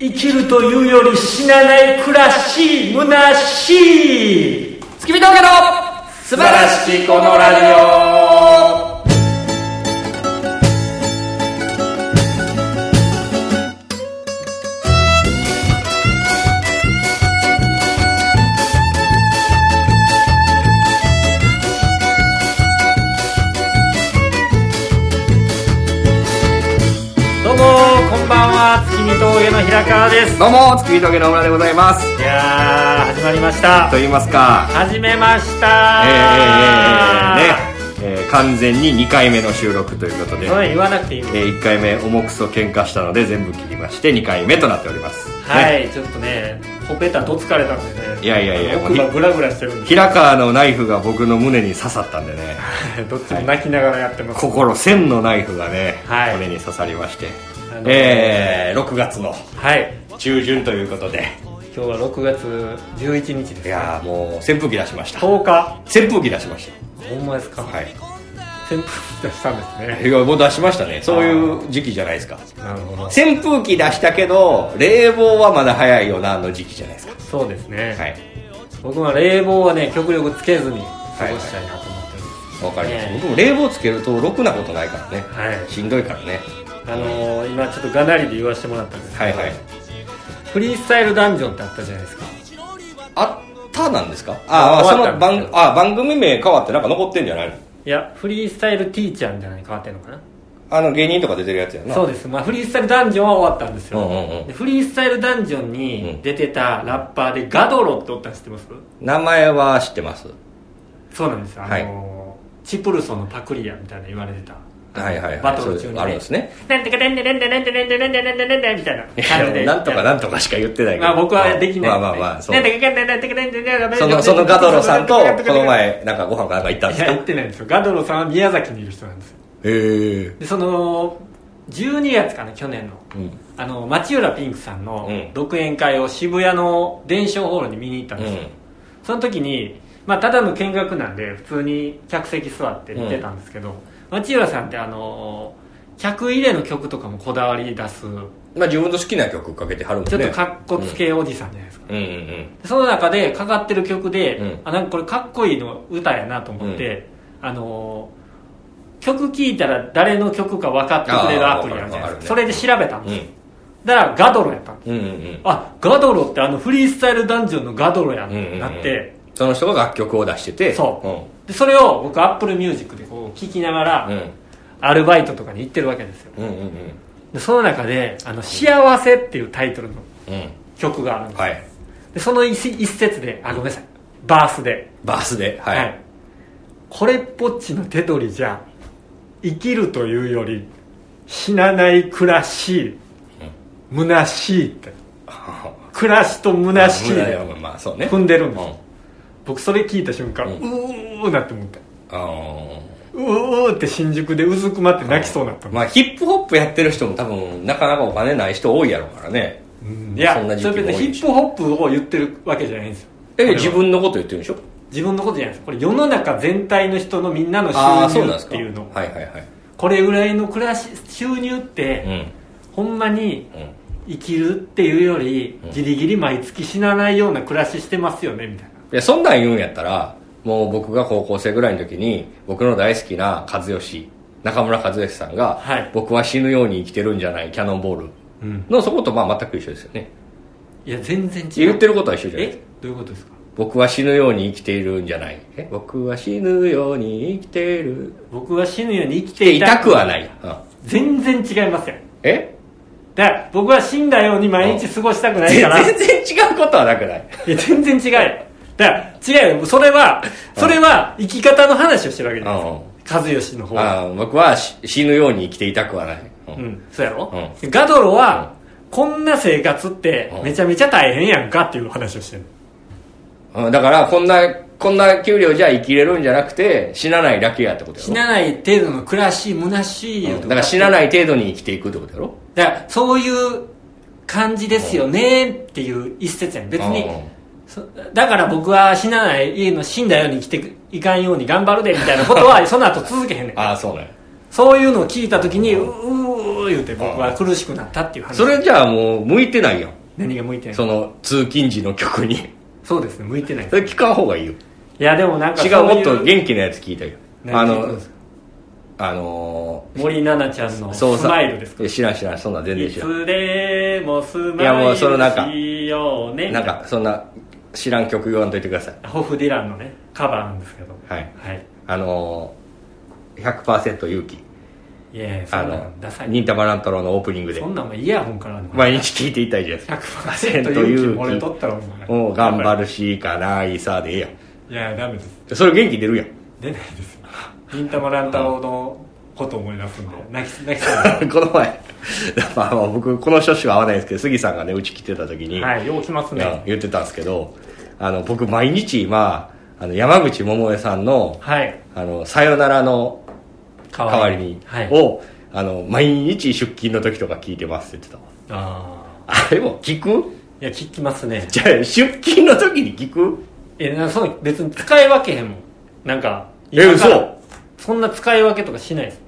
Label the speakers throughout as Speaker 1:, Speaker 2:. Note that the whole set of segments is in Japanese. Speaker 1: 生きるというより死なない暮らし虚しい
Speaker 2: 月見峠の素晴らしきこのラジオ
Speaker 1: どうもこんばんは月見峠の平川です
Speaker 2: どうも月見峠の村でございます
Speaker 1: いやー始まりました
Speaker 2: と言いますか
Speaker 1: 始めました
Speaker 2: えー、えー、えー、ね、えー、完全に2回目の収録ということで、
Speaker 1: それ言わなくていいん
Speaker 2: えー、1回目重くそ喧嘩したので全部切りまして2回目となっております、
Speaker 1: は
Speaker 2: ね
Speaker 1: い、ちょっとねほっぺたどつかれたんでね
Speaker 2: いやいやいや
Speaker 1: 奥
Speaker 2: も
Speaker 1: が
Speaker 2: うひ
Speaker 1: グラグラしてるんで
Speaker 2: 平川のナイフが僕の胸に刺さったんでね
Speaker 1: どっちも泣きながらやってます、
Speaker 2: 心線のナイフがね、
Speaker 1: はい
Speaker 2: 胸に刺さりまして
Speaker 1: あのー
Speaker 2: えー、6月の
Speaker 1: はい
Speaker 2: 中旬ということで
Speaker 1: 今日は6月11日です
Speaker 2: いやーもう扇風機出しました
Speaker 1: 10日
Speaker 2: 扇風機出しまし
Speaker 1: ほんまですか
Speaker 2: たはい
Speaker 1: 扇風機出したんですね
Speaker 2: いやもう出しましたねそういう時期じゃないですか
Speaker 1: なるほど
Speaker 2: 扇風機出したけど冷房はまだ早いよなの時期じゃないですか
Speaker 1: そうですね、
Speaker 2: はい
Speaker 1: 僕は冷房はね極力つけずに過ごしたいなと思ってるんです
Speaker 2: わかります、
Speaker 1: ねえ
Speaker 2: 僕も冷房つけるとろくなことないからね
Speaker 1: はい、
Speaker 2: しんどいからね
Speaker 1: あのー今ちょっとがなりで言わせてもらったんですけど、
Speaker 2: はいはい
Speaker 1: フリースタイルダンジョンってあったじゃないですか
Speaker 2: あったなんですかああそ
Speaker 1: 終わ
Speaker 2: の
Speaker 1: ったんですよ
Speaker 2: 番あ番組名変わってなんか残ってんじゃないの
Speaker 1: いやフリースタイルティーチャーみたいなのに変わってるのかな
Speaker 2: あの芸人とか出てるやつやな
Speaker 1: そうです、まあ、フリースタイルダンジョンは終わったんですよ、
Speaker 2: うんうんうん
Speaker 1: でフリースタイルダンジョンに出てたラッパーでガドロっておったの知ってます
Speaker 2: 名前は知ってます
Speaker 1: そうなんですよあのー
Speaker 2: はい
Speaker 1: チプルソンのパクリアみたいな言われてた
Speaker 2: はいはいはい
Speaker 1: バトル中に、
Speaker 2: そういう
Speaker 1: ね、
Speaker 2: のあるんです ね
Speaker 1: なんとかなんでなんでなんでなんでなんでなんでなんでみたいな感じで
Speaker 2: なんとかなんとかしか言ってないけど
Speaker 1: まあ僕はできない
Speaker 2: まあまあまあそ
Speaker 1: な
Speaker 2: う
Speaker 1: んだかなんだなんだかなんだなんだ
Speaker 2: そのそのガドロさんとこの前なんかご飯かなんか行ったんで
Speaker 1: い
Speaker 2: す
Speaker 1: や
Speaker 2: か
Speaker 1: 言ってないんですよガドロさんは宮崎にいる人なんですよ
Speaker 2: へえ
Speaker 1: でその12月かな去年の
Speaker 2: うん
Speaker 1: あの町浦ピンクさんの
Speaker 2: うん
Speaker 1: 独演会を渋谷の伝承ホールに見に行ったん
Speaker 2: う
Speaker 1: ですよ、
Speaker 2: ん
Speaker 1: その時に、まあ、ただの見学なんで普通に客席座って見てたんですけど、町浦さんってあの客入れの曲とかもこだわり出す
Speaker 2: まあ自分の好きな曲かけてはるもん
Speaker 1: ち
Speaker 2: ね
Speaker 1: ょっとかっこつけおじさんじゃないですか、
Speaker 2: うんうんうん
Speaker 1: その中でかかってる曲で、
Speaker 2: うん
Speaker 1: あなんかこれかっこいいの歌やなと思って、あのー曲聴いたら誰の曲か分かってくれるアプリあるじゃないですか、
Speaker 2: あー
Speaker 1: それで調べたんです、
Speaker 2: うん
Speaker 1: だからガドロやったんです
Speaker 2: うんうん
Speaker 1: あガドロってあのフリースタイルダンジョンのガドロやんっ
Speaker 2: うんうんう
Speaker 1: て
Speaker 2: ん
Speaker 1: なって、
Speaker 2: その人が楽曲を出してて
Speaker 1: そでそれを僕アップルミュージックでこう聴きながら、
Speaker 2: うんうん
Speaker 1: アルバイトとかに行ってるわけですよ
Speaker 2: うんうん
Speaker 1: でその中で「あの幸せ」っていうタイトルの
Speaker 2: うんうん
Speaker 1: 曲があるんです、
Speaker 2: はい
Speaker 1: でその一一節であごめんなさいバースで
Speaker 2: バースではい、
Speaker 1: これっぽっちの手取りじゃ生きるというより死なない暮らし虚しいって暮らしと虚しい
Speaker 2: まあ
Speaker 1: で
Speaker 2: まあまあそうね
Speaker 1: 踏んでるんです、
Speaker 2: うん
Speaker 1: 僕それ聞いた瞬間、う
Speaker 2: うん
Speaker 1: うーなって思って
Speaker 2: あ
Speaker 1: うーって新宿でうずくまって泣きそうになった
Speaker 2: ー
Speaker 1: もん、
Speaker 2: まあヒップホップやってる人も多分なかなかお金ない人多いやろうからね
Speaker 1: うんいや
Speaker 2: そんな時期
Speaker 1: そ
Speaker 2: も
Speaker 1: れ別に
Speaker 2: 多い
Speaker 1: ヒ
Speaker 2: し
Speaker 1: ップホップを言ってるわけじゃないんですよこれ
Speaker 2: え
Speaker 1: は
Speaker 2: 自分のこと言ってるんでしょ
Speaker 1: 自分のことじゃないですこれ世の中全体の人のみんなの収
Speaker 2: ああそう
Speaker 1: 入
Speaker 2: なんで
Speaker 1: っ
Speaker 2: すか
Speaker 1: ていうの
Speaker 2: はいはいはい
Speaker 1: これぐらいの暮らし収入って、
Speaker 2: う
Speaker 1: ほんまに
Speaker 2: んうん
Speaker 1: 生きるっていうよりギリギリ毎月死なないような暮らししてますよねみたいない
Speaker 2: やそんなん言うんやったらもう僕が高校生ぐらいの時に僕の大好きな和義中村和義さんが、
Speaker 1: はい
Speaker 2: 僕は死ぬように生きてるんじゃないキャノンボール
Speaker 1: うん
Speaker 2: のそことまあ全く一緒ですよね
Speaker 1: いや全然違う
Speaker 2: 言ってることは一緒じゃないです
Speaker 1: え
Speaker 2: か
Speaker 1: どういうことですか
Speaker 2: 僕は死ぬように生きているんじゃないえ僕は死ぬように生きている
Speaker 1: 僕は死ぬように生き
Speaker 2: 生きて
Speaker 1: て
Speaker 2: い
Speaker 1: い
Speaker 2: た
Speaker 1: た
Speaker 2: くはない、うん
Speaker 1: 全然違いますよ
Speaker 2: え
Speaker 1: だから僕は死んだように毎日過ごしたくない
Speaker 2: 全
Speaker 1: からい
Speaker 2: 然違うことはなくない
Speaker 1: や全然違うよだから違うよそれはそれは生き方の話をしてるわけじゃないですか和義の方は
Speaker 2: あー僕はし死ぬように生きていたくはない、うん
Speaker 1: うんそうやろガドロはこんな生活ってめちゃめちゃ大変やんかっていう話をしてる
Speaker 2: うんだからこんなこんな給料じゃ生きれるんじゃなくて死なないだけやってことや
Speaker 1: 死
Speaker 2: ろ
Speaker 1: なない程度の暮らし虚しいよ
Speaker 2: うん
Speaker 1: と
Speaker 2: だから死なない程度に生きていくってことやろ
Speaker 1: だからそういう感じですよねっていう一節やん別に
Speaker 2: うん
Speaker 1: そだから僕は死な ない家の死んだように生きていかんように頑張るでみたいなことはその後続けへんねん
Speaker 2: ああそうなんや
Speaker 1: そういうのを聞いた時にううう言うて僕は苦しくなったっていう話
Speaker 2: それじゃあもう向いてないやん
Speaker 1: 何が向いてない
Speaker 2: そ
Speaker 1: そ
Speaker 2: の通勤時の曲に
Speaker 1: うですね向いてない
Speaker 2: それ聞かん方がいいよ
Speaker 1: いやでもなんか
Speaker 2: 違
Speaker 1: そうい
Speaker 2: もっと元気なやつ聞いたよあ
Speaker 1: 何聞いてるん
Speaker 2: の
Speaker 1: ですか
Speaker 2: あの
Speaker 1: 森奈々ちゃんの
Speaker 2: ー
Speaker 1: ス
Speaker 2: そうさ
Speaker 1: マイルですか
Speaker 2: いや知らん知らんそんなん全然
Speaker 1: い
Speaker 2: 知らん
Speaker 1: つでもスマイル
Speaker 2: いやもうそのなんか
Speaker 1: しようね
Speaker 2: なんかそんな知らん曲言わんといてください
Speaker 1: ホフ・ディランのねカバーなんですけど
Speaker 2: はい
Speaker 1: はい
Speaker 2: あのー、100%勇気
Speaker 1: いやそ
Speaker 2: あ
Speaker 1: んな
Speaker 2: の
Speaker 1: んダサい
Speaker 2: 忍たま乱太郎のオープニングで
Speaker 1: そんなんもうイヤホンからの
Speaker 2: 毎日聞いていたいじゃないですか
Speaker 1: 100%勇気俺取ったらお前
Speaker 2: もう頑張るしかないさでええや
Speaker 1: いやダメです
Speaker 2: んそれ元気出るやん
Speaker 1: 出ない ですよ忍たま乱太郎のことを思い出すんで泣き泣きそうで
Speaker 2: この前まあまあ僕この趣旨は合わないですけど杉さんがねうち来てた時に、
Speaker 1: すはいよう来ます
Speaker 2: うん
Speaker 1: ね
Speaker 2: 言ってたんですけどあの僕毎日今あの山口百恵さんの
Speaker 1: はい
Speaker 2: 「あのさよなら」の
Speaker 1: 代
Speaker 2: 代わりに
Speaker 1: はい
Speaker 2: を、あの毎日出勤の時とか聞いてますって言って
Speaker 1: あ
Speaker 2: たわあれも聞く
Speaker 1: ーいや聞きますね
Speaker 2: じゃあ出勤の時に聞く
Speaker 1: えなそう別に使い分けへんもんなんか
Speaker 2: え
Speaker 1: 今から
Speaker 2: 嘘
Speaker 1: そんな使い分けとかしないです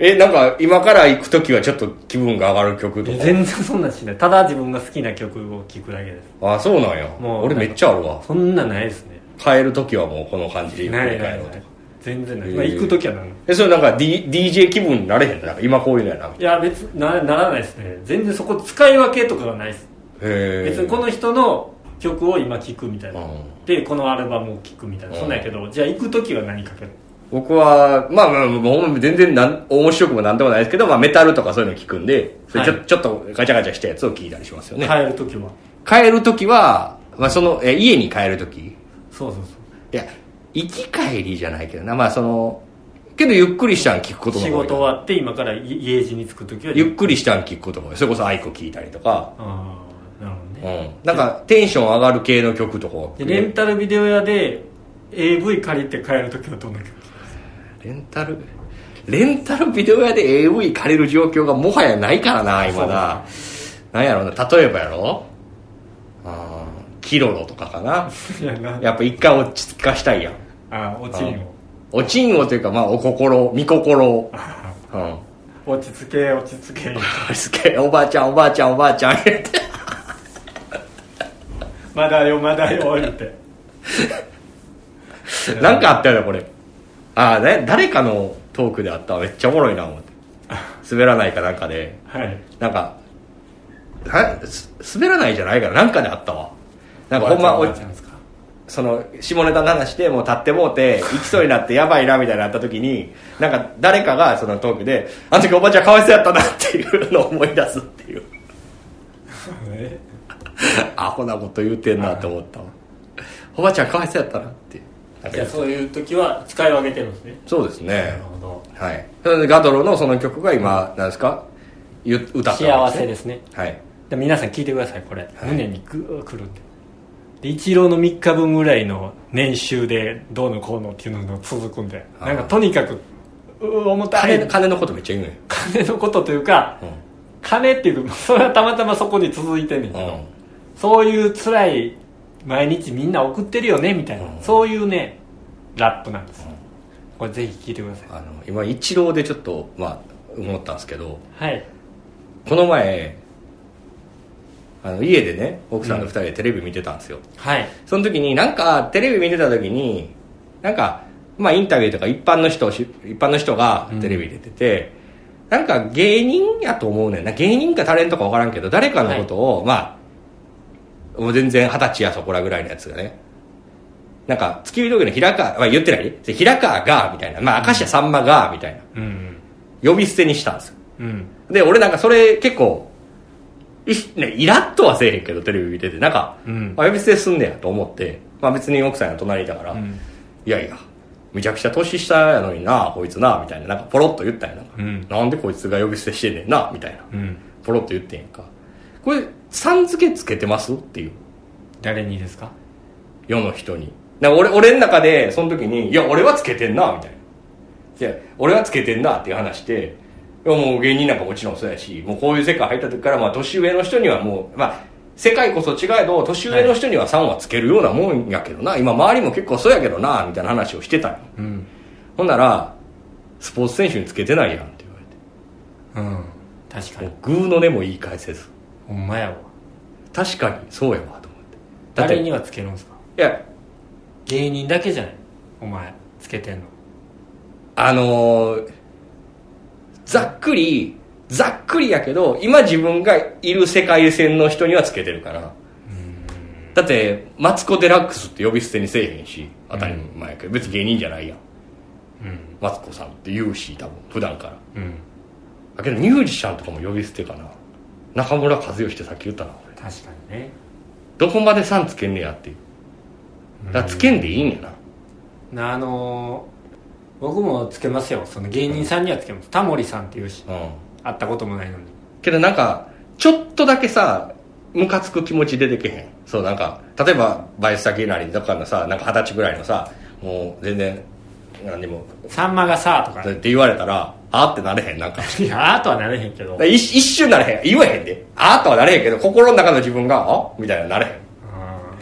Speaker 2: えなんか今から行く時はちょっと気分が上がる曲と
Speaker 1: え
Speaker 2: か
Speaker 1: 全然そんなんしないただ自分が好きな曲を聴くだけです
Speaker 2: あそうなんや
Speaker 1: もう
Speaker 2: 俺めっちゃあるわ
Speaker 1: そんなないですね
Speaker 2: 帰る時はもうこの感じでゆっく
Speaker 1: な
Speaker 2: り
Speaker 1: い
Speaker 2: 帰
Speaker 1: ない
Speaker 2: ろう
Speaker 1: な
Speaker 2: とか
Speaker 1: い全然ない、
Speaker 2: へー
Speaker 1: まあ、行く時はなる
Speaker 2: えそれなんか、D、DJ 気分になれへんのなんか今こういうのやなみ
Speaker 1: いや別になならないですね全然そこ使い分けとかがないです
Speaker 2: たいなへえ
Speaker 1: 別にこの人の曲を今聴くみたいな、
Speaker 2: うん
Speaker 1: でこのアルバムを聴くみたいな、
Speaker 2: うん
Speaker 1: そんなんやけどじゃあ行く時は何かける
Speaker 2: 僕はまあまあまあほんま全然なん面白くもなんでもないですけど、まあ、メタルとかそういうの聞くんでそれちょ,、
Speaker 1: はい
Speaker 2: ちょっとガチャガチャしたやつを聞いたりしますよね、
Speaker 1: 帰る時は
Speaker 2: 帰る時は、まあ、そのえ家に帰る時い
Speaker 1: そうそう
Speaker 2: や行き帰りじゃないけどなまあそのけどゆっくりしたん聞くこと
Speaker 1: そう仕
Speaker 2: の方が多い
Speaker 1: 事終わって今から家路に着く時は
Speaker 2: ゆっくりしたん聞くこともそれこそ愛子聞いたりとか、
Speaker 1: ああなるほどね
Speaker 2: う、ん、なんかテンション上がる系の曲とかを
Speaker 1: でレンタルビデオ屋で AV 借りて帰る時はどんな曲
Speaker 2: レンタルレンタルビデオ屋で AV 借りる状況がもはやないからな今ななんやろうな例えばやろあーキロロとかかない
Speaker 1: やな
Speaker 2: やっぱ一回落ち着かしたいやん
Speaker 1: あ落ちんよ
Speaker 2: おちんをというかまあお心み心 をうん
Speaker 1: 落ち着け落ち着け
Speaker 2: すげえおばあちゃんおばあちゃんおばあちゃん言って
Speaker 1: まだよまだよ言うて
Speaker 2: なんかあったよねこれああ、ね、誰かのトークであったわめっちゃおもろいな 思って滑らないかなんかで
Speaker 1: はい
Speaker 2: なんかはす滑らないじゃないからなんかであったわなんかほんま
Speaker 1: お
Speaker 2: お
Speaker 1: ばあちゃんですか
Speaker 2: その下ネタの話でもう立ってもうて行きそうになってやばいなみたいになった時になんか誰かがそのトークで「あの時おばちゃんかわいそうやったな」っていうのを思い出すっていう
Speaker 1: え
Speaker 2: アホなこと言うてんなって思ったわおばちゃんかわいそうやったなっていうなん か
Speaker 1: じゃあそういう時は使い分けてるんですね
Speaker 2: そうです
Speaker 1: な
Speaker 2: ね
Speaker 1: るほど
Speaker 2: はい、それでガトロのその曲が今なんですかゆ歌ったわけ
Speaker 1: 幸せですね
Speaker 2: はい
Speaker 1: で皆さん聞いてくださいこれ、胸にグーくるんでで一郎の3日分ぐらいの年収でどうのこうのっていうのが続くんで
Speaker 2: あー
Speaker 1: なんかとにかくうー重た
Speaker 2: 金
Speaker 1: い
Speaker 2: 金のことめっちゃ言うのよ、
Speaker 1: 金のことというか、金っていうかそれはたまたまそこに続いてんねんけど、
Speaker 2: うん
Speaker 1: そういう辛い毎日みんな送ってるよねみたいな、
Speaker 2: うん
Speaker 1: そういうねラップなんです、これぜひ聞いてください
Speaker 2: あの今一郎でちょっとまあ思ったんですけど
Speaker 1: はい
Speaker 2: この前あの家でね奥さんと二人でテレビ見てたんですよ、
Speaker 1: はい
Speaker 2: その時になんかテレビ見てた時になんかまあインタビューとか一般の人し一般の人がテレビ出てて、なんか芸人やと思うねんな芸人かタレントか分からんけど誰かのことを、まあもう全然二十歳やそこらぐらいのやつがねなんか月見峠の平川、まあ、言ってないで平川がみたいなまあ明石家さんまがみたいな
Speaker 1: うん
Speaker 2: 呼び捨てにしたんですよ
Speaker 1: うんうん
Speaker 2: で俺なんかそれ結構い,、ね、イラッとはせえへんけどテレビ見ててなんか、
Speaker 1: うん
Speaker 2: あ呼び捨てすんねやと思って、まあ、別に奥さんが隣だから、
Speaker 1: ん
Speaker 2: いやいやめちゃくちゃ年下やのになこいつなみたいななんかポロッと言ったんやなんか、
Speaker 1: うん
Speaker 2: なんでこいつが呼び捨てしてんねんなみたいな
Speaker 1: うん
Speaker 2: ポロッと言ってんやんかこれさん付けつけてますっていう
Speaker 1: 誰にですか
Speaker 2: 世の人になんか俺俺の中でその時に「いや俺はつけてんな」みたいな「いや俺はつけてんな」っていう話でいやもう芸人なんかもちろんそうやしもうこういう世界入った時からまあ年上の人にはもうまあ世界こそ違えど年上の人には3はつけるようなもんやけどな、今周りも結構そうやけどなみたいな話をしてたよ
Speaker 1: うん
Speaker 2: ほんならスポーツ選手につけてないやんって言われて
Speaker 1: うん確かに
Speaker 2: もうグーの根も言い返せず
Speaker 1: ほんまやわ
Speaker 2: 確かにそうやわと思ってだって
Speaker 1: 誰
Speaker 2: い
Speaker 1: にはつけるんすか
Speaker 2: や
Speaker 1: 芸人だけじゃないお前つけてんの
Speaker 2: あのーざっくりざっくりやけど今自分がいる世界線の人にはつけてるからだってマツコ・デラックスって呼び捨てにせえへんし当たり前やけど、別に芸人じゃないやん
Speaker 1: うん
Speaker 2: マツコさんって言うし多分普段から
Speaker 1: うん
Speaker 2: だけどミュージシャンとかも呼び捨てかな中村和義ってさっき言ったな俺
Speaker 1: 確かにね
Speaker 2: どこまでさんつけんねやっていうだからつけんでいいんやな
Speaker 1: なあのー僕もつけますよその芸人さんにはつけますタモリさんっていうし
Speaker 2: うん
Speaker 1: 会ったこともないのに
Speaker 2: けどなんかちょっとだけさムカつく気持ち出てけへんそうなんか例えばバイト先なりとかのさなんか二十歳ぐらいのさもう全然何にも
Speaker 1: さんまがさあとか
Speaker 2: って言われたらあーってなれへんなんか
Speaker 1: いやあーとはなれへんけど
Speaker 2: 一一瞬なれへん言わへんであーとはなれへんけど心の中の自分があみたいななれへん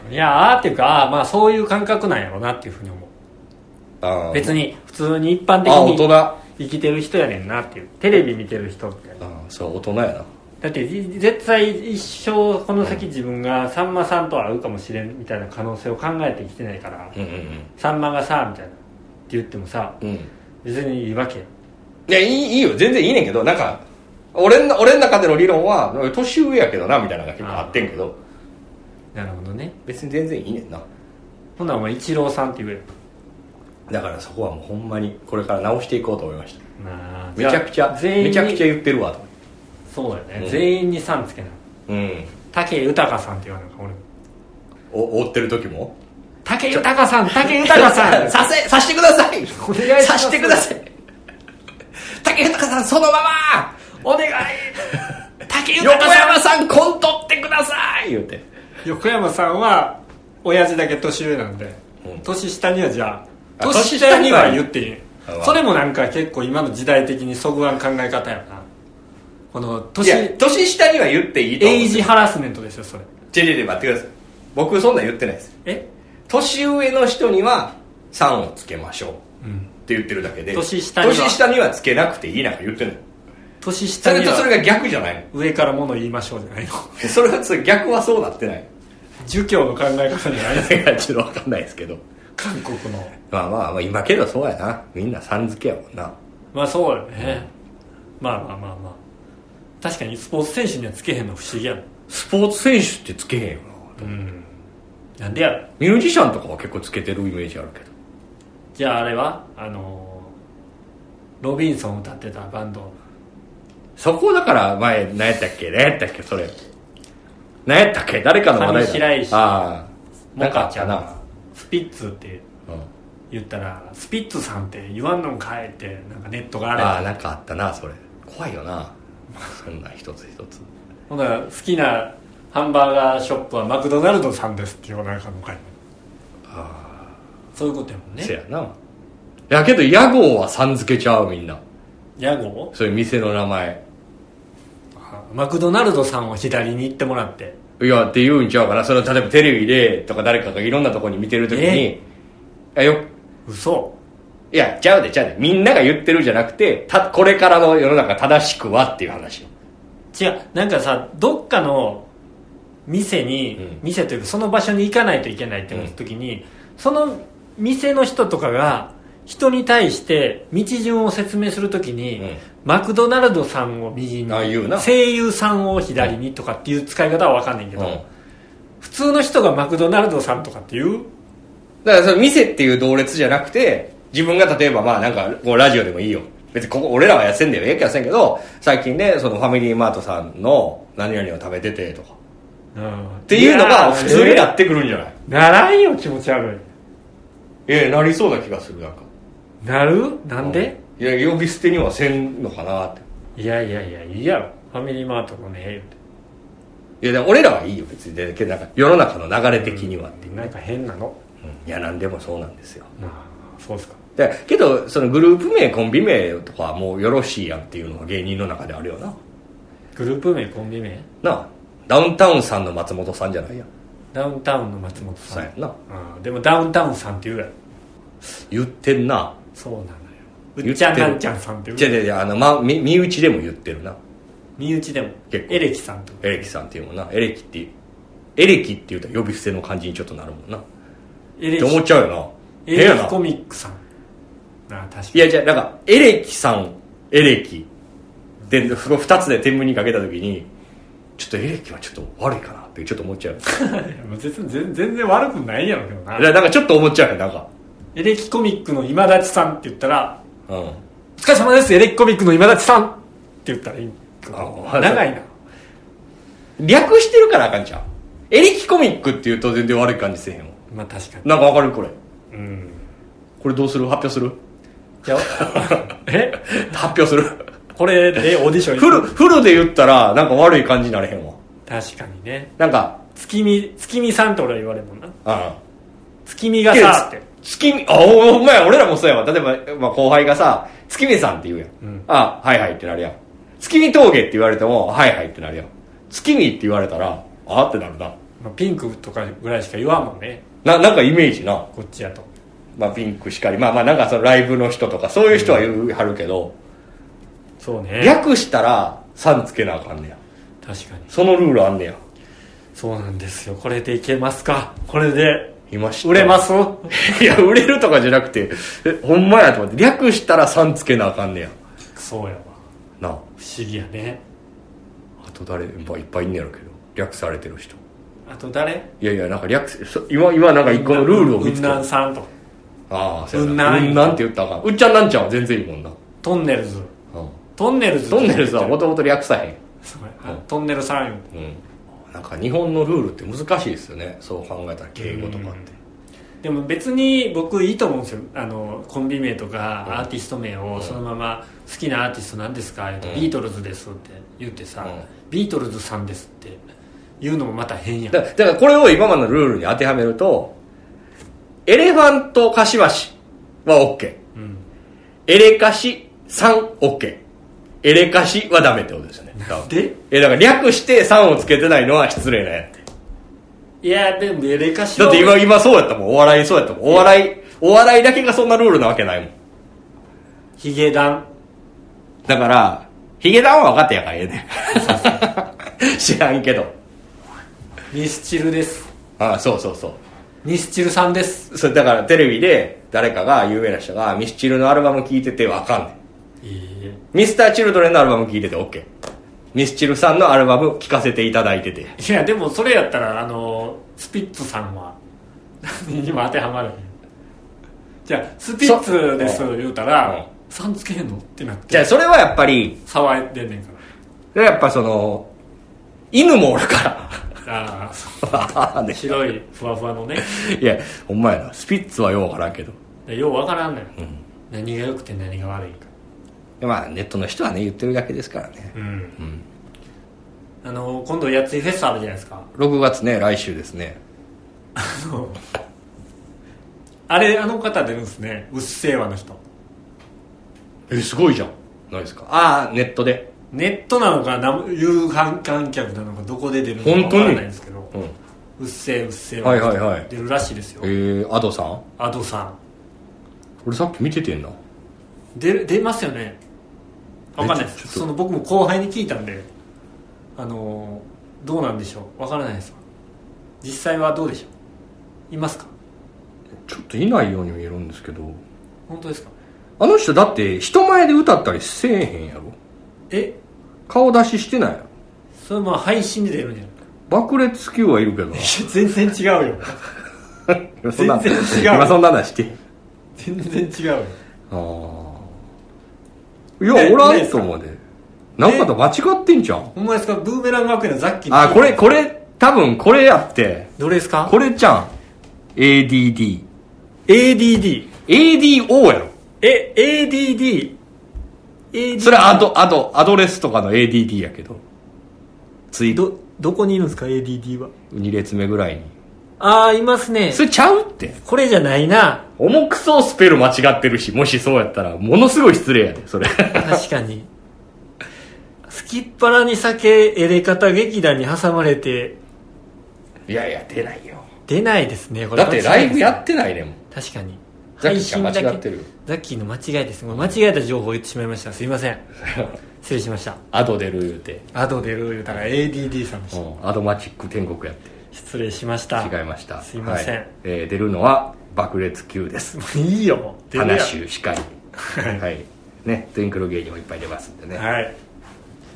Speaker 1: うんいやあーっていうかあーまあそういう感覚なんやろなっていうふうに思
Speaker 2: あ
Speaker 1: う
Speaker 2: ー
Speaker 1: 別に普通に一般的
Speaker 2: あ大
Speaker 1: に
Speaker 2: 人
Speaker 1: 生きてる人やねんなっていうテレビ見てる人って
Speaker 2: あそう大人やな
Speaker 1: だってじ絶対一生この先自分がさんまさんと会うかもしれんみたいな可能性を考えて生きてないから
Speaker 2: うんうん
Speaker 1: さんまがさみたいなって言ってもさ
Speaker 2: うんうん
Speaker 1: 別にいいわけ
Speaker 2: いやいいいいよ全然いいねんけどなんか俺の俺の中での理論は年上やけどなみたいなのが結構あってんけど
Speaker 1: なるほどね
Speaker 2: 別に全然いいねんな
Speaker 1: ほなお前イチローさんって言えよ
Speaker 2: だからそこはもうほんまにこれから直していこうと思いました
Speaker 1: なあ
Speaker 2: めちゃくちゃ
Speaker 1: 全員に
Speaker 2: めちゃくちゃ言ってるわと
Speaker 1: そうだよね、
Speaker 2: うん
Speaker 1: 全員にさんつけない
Speaker 2: うん
Speaker 1: 武豊さんって言わないか俺も
Speaker 2: お追ってる時も
Speaker 1: 武豊さん武豊さん
Speaker 2: させさしてくださ
Speaker 1: お
Speaker 2: い
Speaker 1: 願いします
Speaker 2: さしてください竹豊さんそのまま
Speaker 1: お願い武
Speaker 2: 横
Speaker 1: 豊さ
Speaker 2: 山さんコントってください言うて
Speaker 1: ん横山さんは親父だけ年上なんで、
Speaker 2: うん
Speaker 1: 年下にはじゃあ
Speaker 2: あ
Speaker 1: 年下には言っていい
Speaker 2: 下には
Speaker 1: それもなんか結構今の時代的にそぐわん考え方やなこの
Speaker 2: い
Speaker 1: 年
Speaker 2: や年下には言っていいと思う
Speaker 1: エイジハラスメントですよそれ
Speaker 2: ちょちょちょ待ってください僕そんなん言ってないです
Speaker 1: え
Speaker 2: 年上の人には「さん」をつけましょう
Speaker 1: うん
Speaker 2: って言ってるだけで
Speaker 1: 年下には
Speaker 2: 年下にはつけなくていいなんか言ってない
Speaker 1: 年下
Speaker 2: それ
Speaker 1: に
Speaker 2: とそ
Speaker 1: は
Speaker 2: れが逆じゃないの
Speaker 1: 上から物言いましょうじゃないの
Speaker 2: それはそれ逆はそうなってない
Speaker 1: 儒教の考え 方じゃないです
Speaker 2: だからちょっと分かんないですけど
Speaker 1: 韓国の
Speaker 2: まあまあまあ今けどそうやなみんなさん付けやもんな
Speaker 1: まあそうよね、まあまあまあまあ確かにスポーツ選手にはつけへんの不思議やな
Speaker 2: スポーツ選手ってつけへんよな
Speaker 1: うんなんでやろ
Speaker 2: ミュージシャンとかは結構つけてるイメージあるけど
Speaker 1: じゃああれはあのーロビンソン歌ってたバンド
Speaker 2: そこだから前何やったっけ何やったっけそれ何やったっけ誰かの話題だ
Speaker 1: 上白石
Speaker 2: ああ
Speaker 1: モ
Speaker 2: なんかあ
Speaker 1: カ
Speaker 2: っ
Speaker 1: ちゃ
Speaker 2: た
Speaker 1: ん
Speaker 2: な
Speaker 1: がスピッツって
Speaker 2: うん
Speaker 1: 言ったらスピッツさんって言わんのんかいってなんかネットが
Speaker 2: あ
Speaker 1: あ
Speaker 2: あ
Speaker 1: れ
Speaker 2: なんかあったなそれ怖いよなそんな一つ一つ
Speaker 1: ほな好きなハンバーガーショップはマクドナルドさんですって言わないかのかいそういうことやもん
Speaker 2: せ
Speaker 1: ね
Speaker 2: やなやけど屋号はさん付けちゃうみんな
Speaker 1: 屋号
Speaker 2: そういう店の名前
Speaker 1: あマクドナルドさんを左に行ってもらって
Speaker 2: いやって言うんちゃうかなそれは例えばテレビでとか誰かがいろんなとこに見てるときに、
Speaker 1: え
Speaker 2: いやよ
Speaker 1: 嘘
Speaker 2: いやちゃうでちゃうでみんなが言ってるんじゃなくてたこれからの世の中正しくはっていう話
Speaker 1: 違うなんかさどっかの店に、
Speaker 2: うん
Speaker 1: 店というかその場所に行かないといけないってなった時に、その店の人とかが人に対して道順を説明するときに、
Speaker 2: うん
Speaker 1: マクドナルドさんを右に
Speaker 2: あ言うな
Speaker 1: 声優さんを左にとかっていう使い方は分かんないけど、
Speaker 2: うん
Speaker 1: 普通の人がマクドナルドさんとかっていう
Speaker 2: だからその店っていう同列じゃなくて自分が例えばまあなんかこうラジオでもいいよ別にここ俺らは痩せんだよええけ痩せんけど最近ねそのファミリーマートさんの何々を食べててとか
Speaker 1: っ
Speaker 2: っていうのが普通になってくるんじゃない
Speaker 1: ならんよ気持ち悪
Speaker 2: ええなりそうな気がするなんか
Speaker 1: いなるなんで、
Speaker 2: いや呼び捨てにはせんのかなって
Speaker 1: いやいやいやいいやろファミリーマートもね言うて
Speaker 2: いやでも俺らはいいよ別にでけどなんか世の中の流れ的にはっていう、
Speaker 1: なんか変なの
Speaker 2: うんいや何でもそうなんですよ
Speaker 1: ああそうですか
Speaker 2: でけどそのグループ名コンビ名とかはもうよろしいやんっていうのは芸人の中であるよな
Speaker 1: グループ名コンビ名
Speaker 2: なあダウンタウンさんの松本さんじゃないやん
Speaker 1: ダウンタウンの松本さ
Speaker 2: そ
Speaker 1: ん
Speaker 2: うやんな
Speaker 1: ああでもダウンタウンさんって言うやろ
Speaker 2: 言ってんな
Speaker 1: そうなのよ
Speaker 2: 言
Speaker 3: う
Speaker 2: っ
Speaker 3: ってち
Speaker 2: る
Speaker 3: ゃんなんちゃんさんって
Speaker 2: じゃじゃじゃあの、ま、み身内でも言ってるな
Speaker 3: 身内でも
Speaker 2: 結構
Speaker 3: エレキさんとか
Speaker 2: エレキさんっていうもんなエレキってエレキって言うと呼び捨ての感じにちょっとなるもんなっ
Speaker 3: エレ
Speaker 2: て思っ
Speaker 3: キ
Speaker 2: ちゃうよな
Speaker 3: エ
Speaker 2: 変や
Speaker 3: レキコ
Speaker 2: な
Speaker 3: ミックさんなあ確か
Speaker 2: い
Speaker 3: に
Speaker 2: やじゃあなんかエレキさんエレキで2つで天秤にかけた時にちょっとエレキはちょっと悪いかなってちょっと思っ ちゃう
Speaker 1: 別に全全然悪くないやろうけどな
Speaker 2: なんかちょっと思っちゃうよなんか
Speaker 3: エレキコミックの今立さんって言ったら
Speaker 2: う
Speaker 1: 「
Speaker 2: ん
Speaker 1: お疲れ様ですエレキコミックの今立さん」って言ったらいい
Speaker 2: あ
Speaker 1: 長いな
Speaker 2: 略してるからあかんちゃうエレキコミックっていうと全然悪い感じせえへんわ
Speaker 1: まあ確かに
Speaker 2: なんかわかるこれ
Speaker 1: うん
Speaker 2: これどうする発表する
Speaker 1: いやえ
Speaker 2: 発表する
Speaker 1: これでオーディション
Speaker 2: フルフルで言ったらなんか悪い感じになれへんわ
Speaker 1: 確かにね
Speaker 2: なんか
Speaker 1: 月見月見さんって俺は言われるもんな
Speaker 2: うん
Speaker 1: 月見が
Speaker 2: けど
Speaker 1: さって
Speaker 2: つ月見あおお前俺らもそうやわ例えば、まあ、後輩がさ月見さんって言うやん、
Speaker 1: ん
Speaker 2: あはいはいってなるやん月見峠って言われてもはいはいってなるやん月見って言われたらあってなるな
Speaker 1: まあピンクとかぐらいしか言わんもんね
Speaker 2: ななんかイメージな
Speaker 1: こっちやと
Speaker 2: まあピンクしかりまあまあなんかそのライブの人とかそういう人は言うはるけど、
Speaker 1: そうね
Speaker 2: 略したら「さん」つけなあかんねや
Speaker 1: 確かに
Speaker 2: そのルールあんねや
Speaker 1: そうなんですよこれでいけますかこれで
Speaker 2: 今知った
Speaker 1: 売れます
Speaker 2: いや売れるとかじゃなくてえほんまやと思って略したら「さん」つけなあかんねや
Speaker 1: そうやわ
Speaker 2: なあ
Speaker 1: 不思議やね
Speaker 2: あと誰、まあ、いっぱいいんねやろうけど略されてる人
Speaker 1: あと誰
Speaker 2: いやいやなんか略せそ今今なんか一個のルールを見つけ
Speaker 1: うん
Speaker 2: た
Speaker 1: なんさんと
Speaker 2: ああそうや
Speaker 1: うんなん
Speaker 2: うんなんって言ったらあかんうっちゃんなんちゃんは全然いいもんな、
Speaker 1: トンネルズ
Speaker 2: うん
Speaker 1: トンネルズ
Speaker 2: トンネルズはもともと略さへ
Speaker 1: そうやトンネルさんよ
Speaker 2: んうんなんか日本のルールって難しいですよねそう考えたら敬語とかって
Speaker 1: でも別に僕いいと思うんですよあのコンビ名とかアーティスト名をそのまま「好きなアーティストなんですか?」って
Speaker 2: うん
Speaker 1: ビートルズです」って言ってさ、
Speaker 2: うん
Speaker 1: ビートルズさんです」って言うのもまた変やん
Speaker 2: だだからこれを今までのルールに当てはめるとエレファント柏市は OK
Speaker 1: うん、
Speaker 2: エレカシ3 OK エレカシはダメってことですよね
Speaker 1: で
Speaker 2: えだから略して3をつけてないのは失礼なんやって
Speaker 1: いやでもエレカシ
Speaker 2: だ
Speaker 1: は
Speaker 2: って今今そうやったもんお笑いそうやったもんお笑いお笑いだけがそんなルールなわけないもん
Speaker 1: ヒゲダン
Speaker 2: だからヒゲダンは分かってやからええね 知らんけど
Speaker 1: ミスチルです
Speaker 2: ああそうそうそう
Speaker 1: ミスチルさんです
Speaker 2: それだからテレビで誰かが有名な人がミスチルのアルバム聴いてて分かんねん
Speaker 1: え
Speaker 2: ミスターチルドレンのアルバム聴いてて OK ミスチルさんのアルバム聴かせていただいてて
Speaker 1: えいやでもそれやったらあのスピッツさんは 何にも当てはまるじゃあスピッツです
Speaker 2: そ
Speaker 1: 言うた
Speaker 2: うん
Speaker 1: ら「さんつけへんの?」ってなって
Speaker 2: じゃあそれはやっぱり
Speaker 1: 騒いでんねんから
Speaker 2: やっぱその犬もおるか
Speaker 1: ああそう
Speaker 2: ら ね
Speaker 1: 白いふわふわのね
Speaker 2: いやほんまやなスピッツはようわからんけど
Speaker 1: で ようわからんのよ、何が良くて何が悪いか
Speaker 2: まあネットの人はね言ってるだけですからね
Speaker 1: うん、あの今度やついフェスあるじゃないですか
Speaker 2: 6月ね来週ですね
Speaker 1: あれあの方出るんですねうっせぇわの人
Speaker 2: えすごいじゃんないですかああネットで
Speaker 1: ネットなのかな有観客なのかどこで出るのか
Speaker 2: 本
Speaker 1: わ
Speaker 2: 当
Speaker 1: か
Speaker 2: に
Speaker 1: らないんですけど
Speaker 2: うんへ
Speaker 1: うっせぇうっせぇ
Speaker 2: は
Speaker 1: わ
Speaker 2: い
Speaker 1: の
Speaker 2: はい
Speaker 1: 人
Speaker 2: はい
Speaker 1: 出るらしいですよ、
Speaker 2: えー、アドさん
Speaker 1: アドさん
Speaker 2: 俺さっき見ててんな
Speaker 1: 出る出ますよねわかんないで
Speaker 2: えち
Speaker 1: す
Speaker 2: ょちょっと
Speaker 1: その僕も後輩に聞いたんであのーどうなんでしょうわからないです実際はどうでしょういますか
Speaker 2: ちょっといないように見えるんですけど
Speaker 1: 本当ですか
Speaker 2: あの人だって人前で歌ったりせえへんやろ
Speaker 1: え
Speaker 2: 顔出ししてないやろ
Speaker 1: それまあ配信で出るんじゃない
Speaker 2: 爆裂級はいるけどな
Speaker 1: 全然違うよ
Speaker 2: 今そんな
Speaker 1: 全然違う
Speaker 2: 今そんな話して
Speaker 1: 全然違うよ
Speaker 2: ああいや
Speaker 1: ね
Speaker 2: おらんと思うでなんかと間違ってんじゃん
Speaker 1: ほんまですかブーメラン学園のザッキー
Speaker 2: あこれこれ多分これやって
Speaker 1: どれですか
Speaker 2: これじゃん ADDADO
Speaker 1: ADD
Speaker 2: やろ
Speaker 1: え ADD ADD
Speaker 2: それはアドアドアドレスとかの ADD やけどツイート
Speaker 1: どどこにいるんですか ADD は
Speaker 2: 2列目ぐらいに
Speaker 1: ああいますね
Speaker 2: それちゃうって
Speaker 1: これじゃないな
Speaker 2: 重くそうスペル間違ってるしもしそうやったらものすごい失礼やでそれ
Speaker 1: 確かにすきっ腹に酒エレ方劇団に挟まれて
Speaker 2: いやいや出ないよ
Speaker 1: 出ないですねこれ
Speaker 2: だってライブやってないねんもん
Speaker 1: 確かに
Speaker 2: ザキちゃん間違ってるよ
Speaker 1: ザッキーの間違いですもう間違えた情報を言ってしまいましたすいま せん失礼しました
Speaker 2: アド出る言うて、
Speaker 1: アドでルールだから ADD さんでし
Speaker 2: う
Speaker 1: た
Speaker 2: んアドマチック天国やって
Speaker 1: 失礼しました
Speaker 2: 違いました
Speaker 1: すいません
Speaker 2: はえー出るのは爆裂級です
Speaker 1: いいよもう出るやん
Speaker 2: 話しかりはいねトゥインクルゲージもいっぱい出ますんでね、
Speaker 1: はい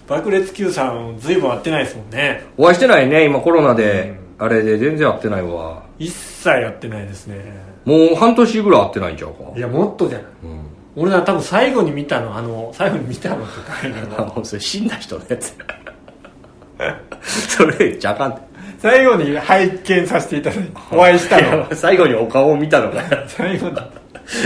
Speaker 3: 爆裂 Q さん随分会ってないですもんね
Speaker 2: お会いしてないね今コロナで、あれで全然会ってないわ
Speaker 3: 一切会ってないですね
Speaker 2: もう半年ぐらい会ってないんちゃうか
Speaker 1: いやもっとじゃない
Speaker 2: うん
Speaker 3: 俺な多分最後に見たのあの最後に見たのって誰なの
Speaker 2: あのそれ死んだ人のやつそれ言っちゃあかんって
Speaker 1: 最後に拝見させていただいてお会いしたの
Speaker 2: 最後にお顔を見たの が
Speaker 1: 最後に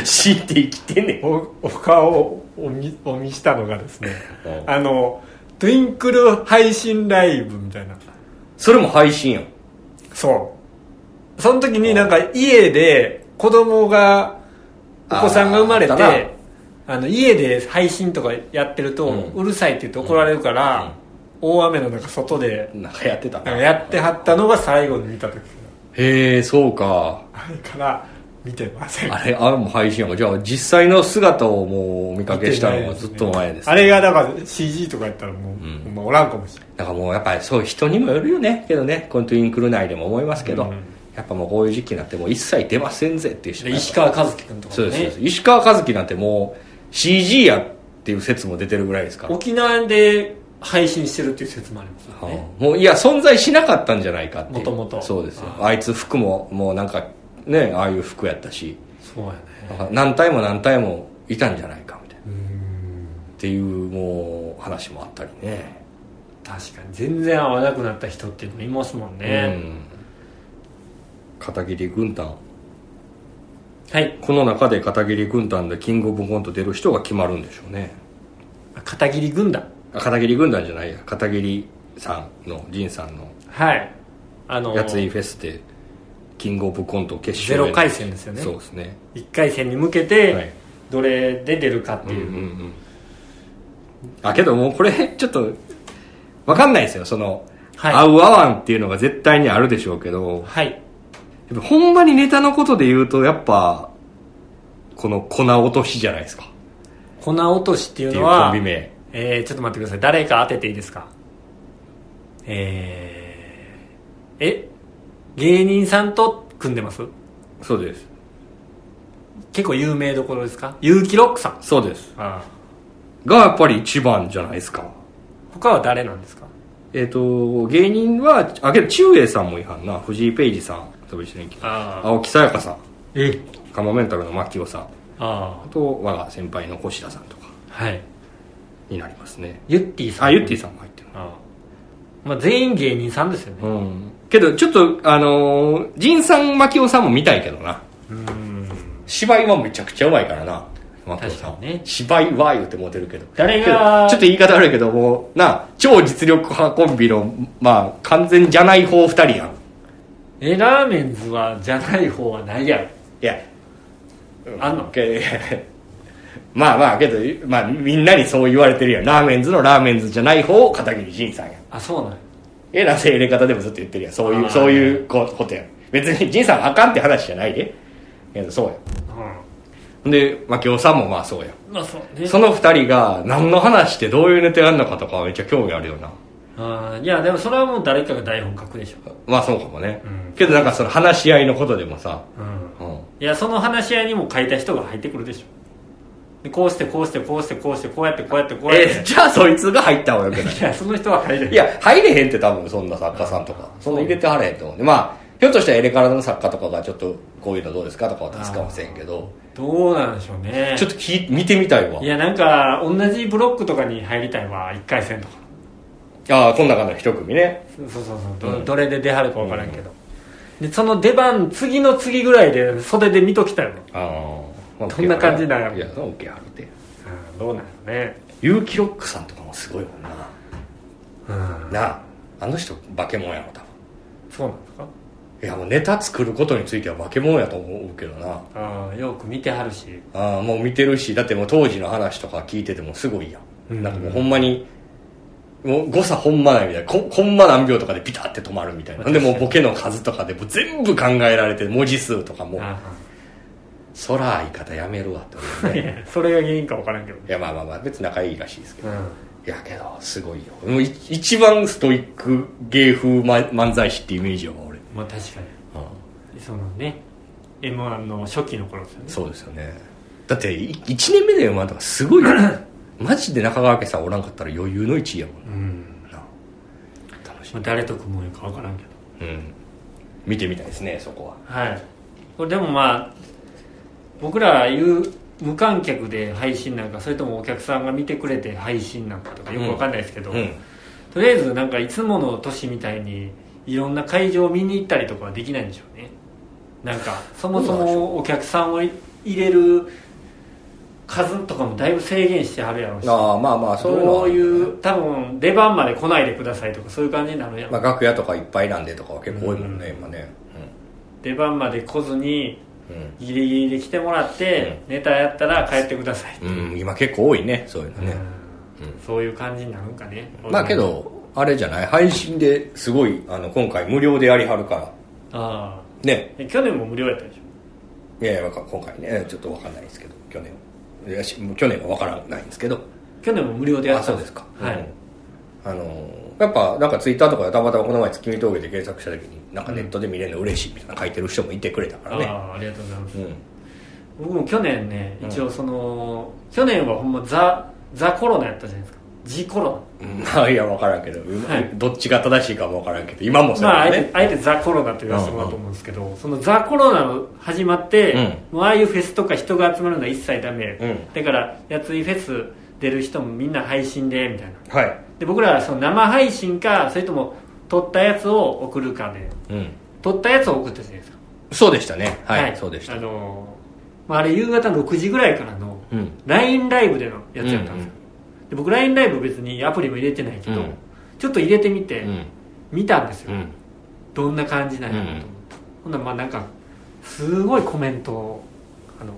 Speaker 2: 死んで生きてんねん
Speaker 1: おお顔をお見お見したのがですね
Speaker 2: うん
Speaker 1: あのトゥインクル配信ライブみたいな
Speaker 2: それも配信やん
Speaker 1: そうその時になんか家で子供がお子さんが生まれ
Speaker 2: あーあった
Speaker 1: てあの家で配信とかやってると、う
Speaker 2: うん
Speaker 1: るさいって言って怒られるから、大雨の中外で
Speaker 2: なんかやってた
Speaker 1: なんかやってはったのが最後に見た時
Speaker 2: へえそうか
Speaker 1: あれから見てません
Speaker 2: あれあれも配信やんかじゃあ実際の姿をもうお見かけしたのがずっと前です
Speaker 1: あれがだから CG とかやったらもう、ほんまおらんかもしれない
Speaker 2: だからもうやっぱりそう人にもよるよねけどねこのトゥインクル内でも思いますけど、やっぱもうこういう時期になってもう一切出ませんぜっていう人
Speaker 3: で
Speaker 2: が
Speaker 3: 石川和樹君とか
Speaker 2: そう
Speaker 3: も
Speaker 2: ですそうで
Speaker 3: ね
Speaker 2: す石川和樹なんてもう CG やっていう説も出てるぐらいですから、
Speaker 3: 沖縄で配信してるっていう説もありますよね
Speaker 2: はあもういや存在しなかったんじゃないかってい
Speaker 3: 元
Speaker 2: う
Speaker 3: 々
Speaker 2: そうですよあいつ服ももうなんかねああいう服やったし
Speaker 3: そうやね
Speaker 2: 何体も何体もいたんじゃないかみたいなっていうもう話もあったりね
Speaker 3: 確かに全然会わなくなった人っていうのもいますもん
Speaker 2: う
Speaker 3: ね、
Speaker 2: ん片桐軍団
Speaker 3: はい
Speaker 2: この中で片桐軍団でキングオブコント出る人が決まるんでしょうね
Speaker 3: 片桐軍団
Speaker 2: あ片桐軍団じゃないや片桐さんの仁さんの
Speaker 3: はいあの
Speaker 2: やついフェスでキングオブコント決勝
Speaker 3: ゼロ回戦ですよね
Speaker 2: そうですね
Speaker 3: 1回戦に向け
Speaker 2: は
Speaker 3: て
Speaker 2: い
Speaker 3: どれで出るかって
Speaker 2: うんう
Speaker 3: い
Speaker 2: ん
Speaker 3: う、
Speaker 2: うんあけどもうこれちょっとわかんないですよその、
Speaker 3: はい
Speaker 2: 合う合わんっていうのが絶対にあるでしょうけど
Speaker 3: はい
Speaker 2: やっぱほんまにネタのことで言うとやっぱこの粉落としじゃないですかっ
Speaker 3: 粉落としってい
Speaker 2: て
Speaker 3: う
Speaker 2: いう
Speaker 3: の
Speaker 2: コン
Speaker 3: は
Speaker 2: ビ名
Speaker 3: えー、ちょっと待ってください誰か当てていいですかえー、え芸人さんと組んでます
Speaker 2: そうです
Speaker 3: 結構有名どころですか結城ロックさん
Speaker 2: そうです
Speaker 3: あ
Speaker 2: がやっぱり一番じゃないですか
Speaker 3: 他は誰なんですか
Speaker 2: えっ、と芸人はあけど中英さんも違反な藤井ペイジさん飛び石連休
Speaker 3: あ
Speaker 2: 青木さやかさん
Speaker 1: え
Speaker 2: カモメンタルの牧雄さん
Speaker 3: あ
Speaker 2: あと我が先輩の越田さんとか
Speaker 3: はい
Speaker 2: になりますね
Speaker 3: ゆってぃさん
Speaker 2: あゆってぃさんも入ってる
Speaker 3: ああまあ全員芸人さんですよね
Speaker 2: うんけどちょっとあのー仁さん牧雄さんも見たいけどな芝居はめちゃくちゃうまいからな牧雄さん
Speaker 3: 確かにね
Speaker 2: 芝居は言ってモテるけど
Speaker 3: 誰が
Speaker 2: けどちょっと言い方悪いけどもうな超実力派コンビのまあ完全じゃない方二人やん
Speaker 3: えラーメンズはじゃない方はないやろ
Speaker 2: いや
Speaker 3: あんの
Speaker 2: け まあまあけど、まあ、みんなにそう言われてるやんラーメンズのラーメンズじゃない方を片桐仁さんやん
Speaker 3: あそうなんや
Speaker 2: えなせ入れ方でもずっと言ってるやんそうい
Speaker 3: あ
Speaker 2: う
Speaker 3: ー
Speaker 2: そういうこことやん別に仁さんあかんって話じゃないでけどそうやんで槙尾さんもまあそうやん
Speaker 3: うんまあそうね
Speaker 2: その二人が何の話してどういうネタやんのかとかはめっちゃ興味あるよな
Speaker 3: ああいやでもそれはもう誰かが台本書くでしょ
Speaker 2: まあそうかもね、
Speaker 3: うん
Speaker 2: けどなんかその話し合いのことでもさ、
Speaker 3: うん
Speaker 2: うん、
Speaker 3: いやその話し合いにも書いた人が入ってくるでしょでこうしてこうしてこうしてこうしてこうやってこうやってこうやって、
Speaker 2: えじゃあそいつが入った方がよくない
Speaker 3: いやその人は入れ
Speaker 2: いや、入れへんって多分そんな作家さんとか、そんな入れてはれへんと思うんで、まあ、ひょっとしたらエレカラの作家とかがちょっとこういうのどうですかとかは出すかもしれんけど、
Speaker 3: どうなんでしょうね
Speaker 2: ちょっと聞い見てみたいわ
Speaker 3: い。やなんか同じブロックとかに入りたいわ1回戦とか
Speaker 2: ああ、この中の一組ね。
Speaker 3: そうそうそう
Speaker 2: う
Speaker 3: ど,、
Speaker 2: ん
Speaker 3: どれで出はるか分からんけど、でその出番次の次ぐらいで袖で見ときたいわ、
Speaker 2: ああ、まあ
Speaker 3: どんな感じなんやろ
Speaker 2: いや、その受けはるて。
Speaker 3: うん、どうなんやろね
Speaker 2: 結城ロックさんとかもすごいもんな。なあ、あの人、化け物やろ、多分。
Speaker 3: そうなんですか
Speaker 2: いや、もうネタ作ることについては化け物やと思うけどな。
Speaker 3: ああよく見てはるし
Speaker 2: ああもう見てるしだってもう当時の話とか聞いててもすごいやん、なんかもうほんまにもう誤差ほんまないみたいなこコンマ何秒とかでピタって止まるみたいなほんでもうボケの数とかでもう全部考えられて文字数とかも
Speaker 3: あ
Speaker 2: そら相方やめるわって思うね
Speaker 1: それが原因か分からんけど
Speaker 2: いやまあまあまあ別に仲いいらしいですけど、
Speaker 4: うん
Speaker 2: いやけどすごいよもうい一番ストイック芸風ま漫才師ってイメージよ俺、
Speaker 1: まあ確かにそのね m 1の初期の頃ですよね
Speaker 2: そうですよねだってい1年目で M−1 とかすごいよ マジで中川家さんおらんかったら余裕の1位やもん
Speaker 1: うん、
Speaker 2: な楽し
Speaker 1: ま
Speaker 2: み
Speaker 1: あ、誰と組むんやか分からんけど
Speaker 2: うん見てみたいですねそこは
Speaker 1: はいこれでもまあ僕ら言う無観客で配信なんかそれともお客さんが見てくれて配信なんかとかよく分かんないですけど、
Speaker 2: うん
Speaker 1: とりあえずなんかいつもの年みたいにいろんな会場を見に行ったりとかはできないんでしょうねなんかそもそもお客さんを入れる数とかもだいぶ制限してはるやろうし
Speaker 2: ああまあまあそういうのは
Speaker 1: どういう多分出番まで来ないでくださいとかそういう感じになるやろ、
Speaker 2: まあ、楽屋とかいっぱいなんでとかは結構多いもんね、
Speaker 1: うん
Speaker 2: 今ね
Speaker 1: 出番まで来ずに
Speaker 2: うん、
Speaker 1: ギリギリで来てもらって、ネタやったら帰ってください、
Speaker 2: うんうん今結構多いねそういうのね、
Speaker 1: うんそういう感じになるんかね
Speaker 2: まあけどあれじゃない配信ですごいあの今回無料でやりはるから
Speaker 1: ああ
Speaker 2: ね
Speaker 1: え去年も無料やったでし
Speaker 2: いやいやわか今回ねちょっとわかんないですけど去年いやし去年はわからないんですけど
Speaker 1: ょ去年も無料でや
Speaker 2: あ
Speaker 1: った
Speaker 2: そ
Speaker 1: ん
Speaker 2: うですか
Speaker 1: はい、
Speaker 2: うんあのやっぱなんかツイッターとかでたまたまこの前月見峠で検索した時になんかネットで見れるの嬉しいみたいな書いてる人もいてくれたから
Speaker 1: あ
Speaker 2: ね
Speaker 1: あありがとうございます、
Speaker 2: うん
Speaker 1: 僕も去年ね一応その、去年はほんまザザコロナやったじゃないですかジコロ
Speaker 2: うん まあいやわからんけど、
Speaker 1: はい
Speaker 2: どっちが正しいかもわからんけど今も
Speaker 1: ナ
Speaker 2: そう
Speaker 1: まああ
Speaker 2: だ
Speaker 1: え
Speaker 2: ね
Speaker 1: て、あえてザコロナと言わせてもらうと思うんですけど、そのザコロナの始まって、
Speaker 2: うん
Speaker 1: もうああいうフェスとか人が集まるのは一切ダメ、
Speaker 2: うん
Speaker 1: だからやついフェス出る人もみんな配信でみたいな
Speaker 2: はい
Speaker 1: で僕らはその生配信かそれとも撮ったやつを送るかで
Speaker 2: うん
Speaker 1: 撮ったやつを送ったじゃないですか
Speaker 2: そうでしたねはい、そうでした
Speaker 1: あのーまあ、あれ夕方6時ぐらいからの
Speaker 2: うん
Speaker 1: LINE ライブでのやつやったんですよ、
Speaker 2: うんうん
Speaker 1: で僕 LINE ライブ別にアプリも入れてないけど、
Speaker 2: うん
Speaker 1: ちょっと入れてみて、
Speaker 2: うん
Speaker 1: 見たんですよ、
Speaker 2: うん
Speaker 1: どんな感じなんやろうと思って、ほんならまあなんかすごいコメントをあの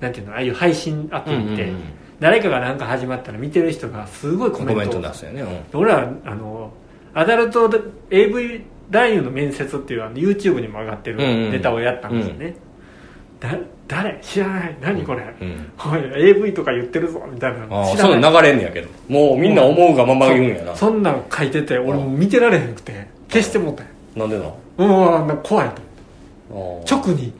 Speaker 1: なんていうのああいう配信アプリって、
Speaker 2: うんうんうん
Speaker 1: 誰かがなんか始まったら見てる人がすごいコ
Speaker 2: コ
Speaker 1: メン
Speaker 2: メン
Speaker 1: ト
Speaker 2: ト
Speaker 1: を
Speaker 2: 出すよね、うん
Speaker 1: 俺らあのアダルト AV 男優の面接っていうあの YouTube にも上がってる
Speaker 2: うんうん
Speaker 1: ネタをやったんですよね、だ誰知らない何これ、
Speaker 2: うん
Speaker 1: おい AV とか言ってるぞみたいな
Speaker 2: ああ
Speaker 1: 知
Speaker 2: そ
Speaker 1: ら
Speaker 2: う
Speaker 1: ない
Speaker 2: 流れんねやけどもうみんな思うがまま言うんやな
Speaker 1: そんなん書いてて俺もう見てられへんくて消してもうたんや
Speaker 2: なんでなあ
Speaker 1: うわなんか怖いと
Speaker 2: あ
Speaker 1: 直に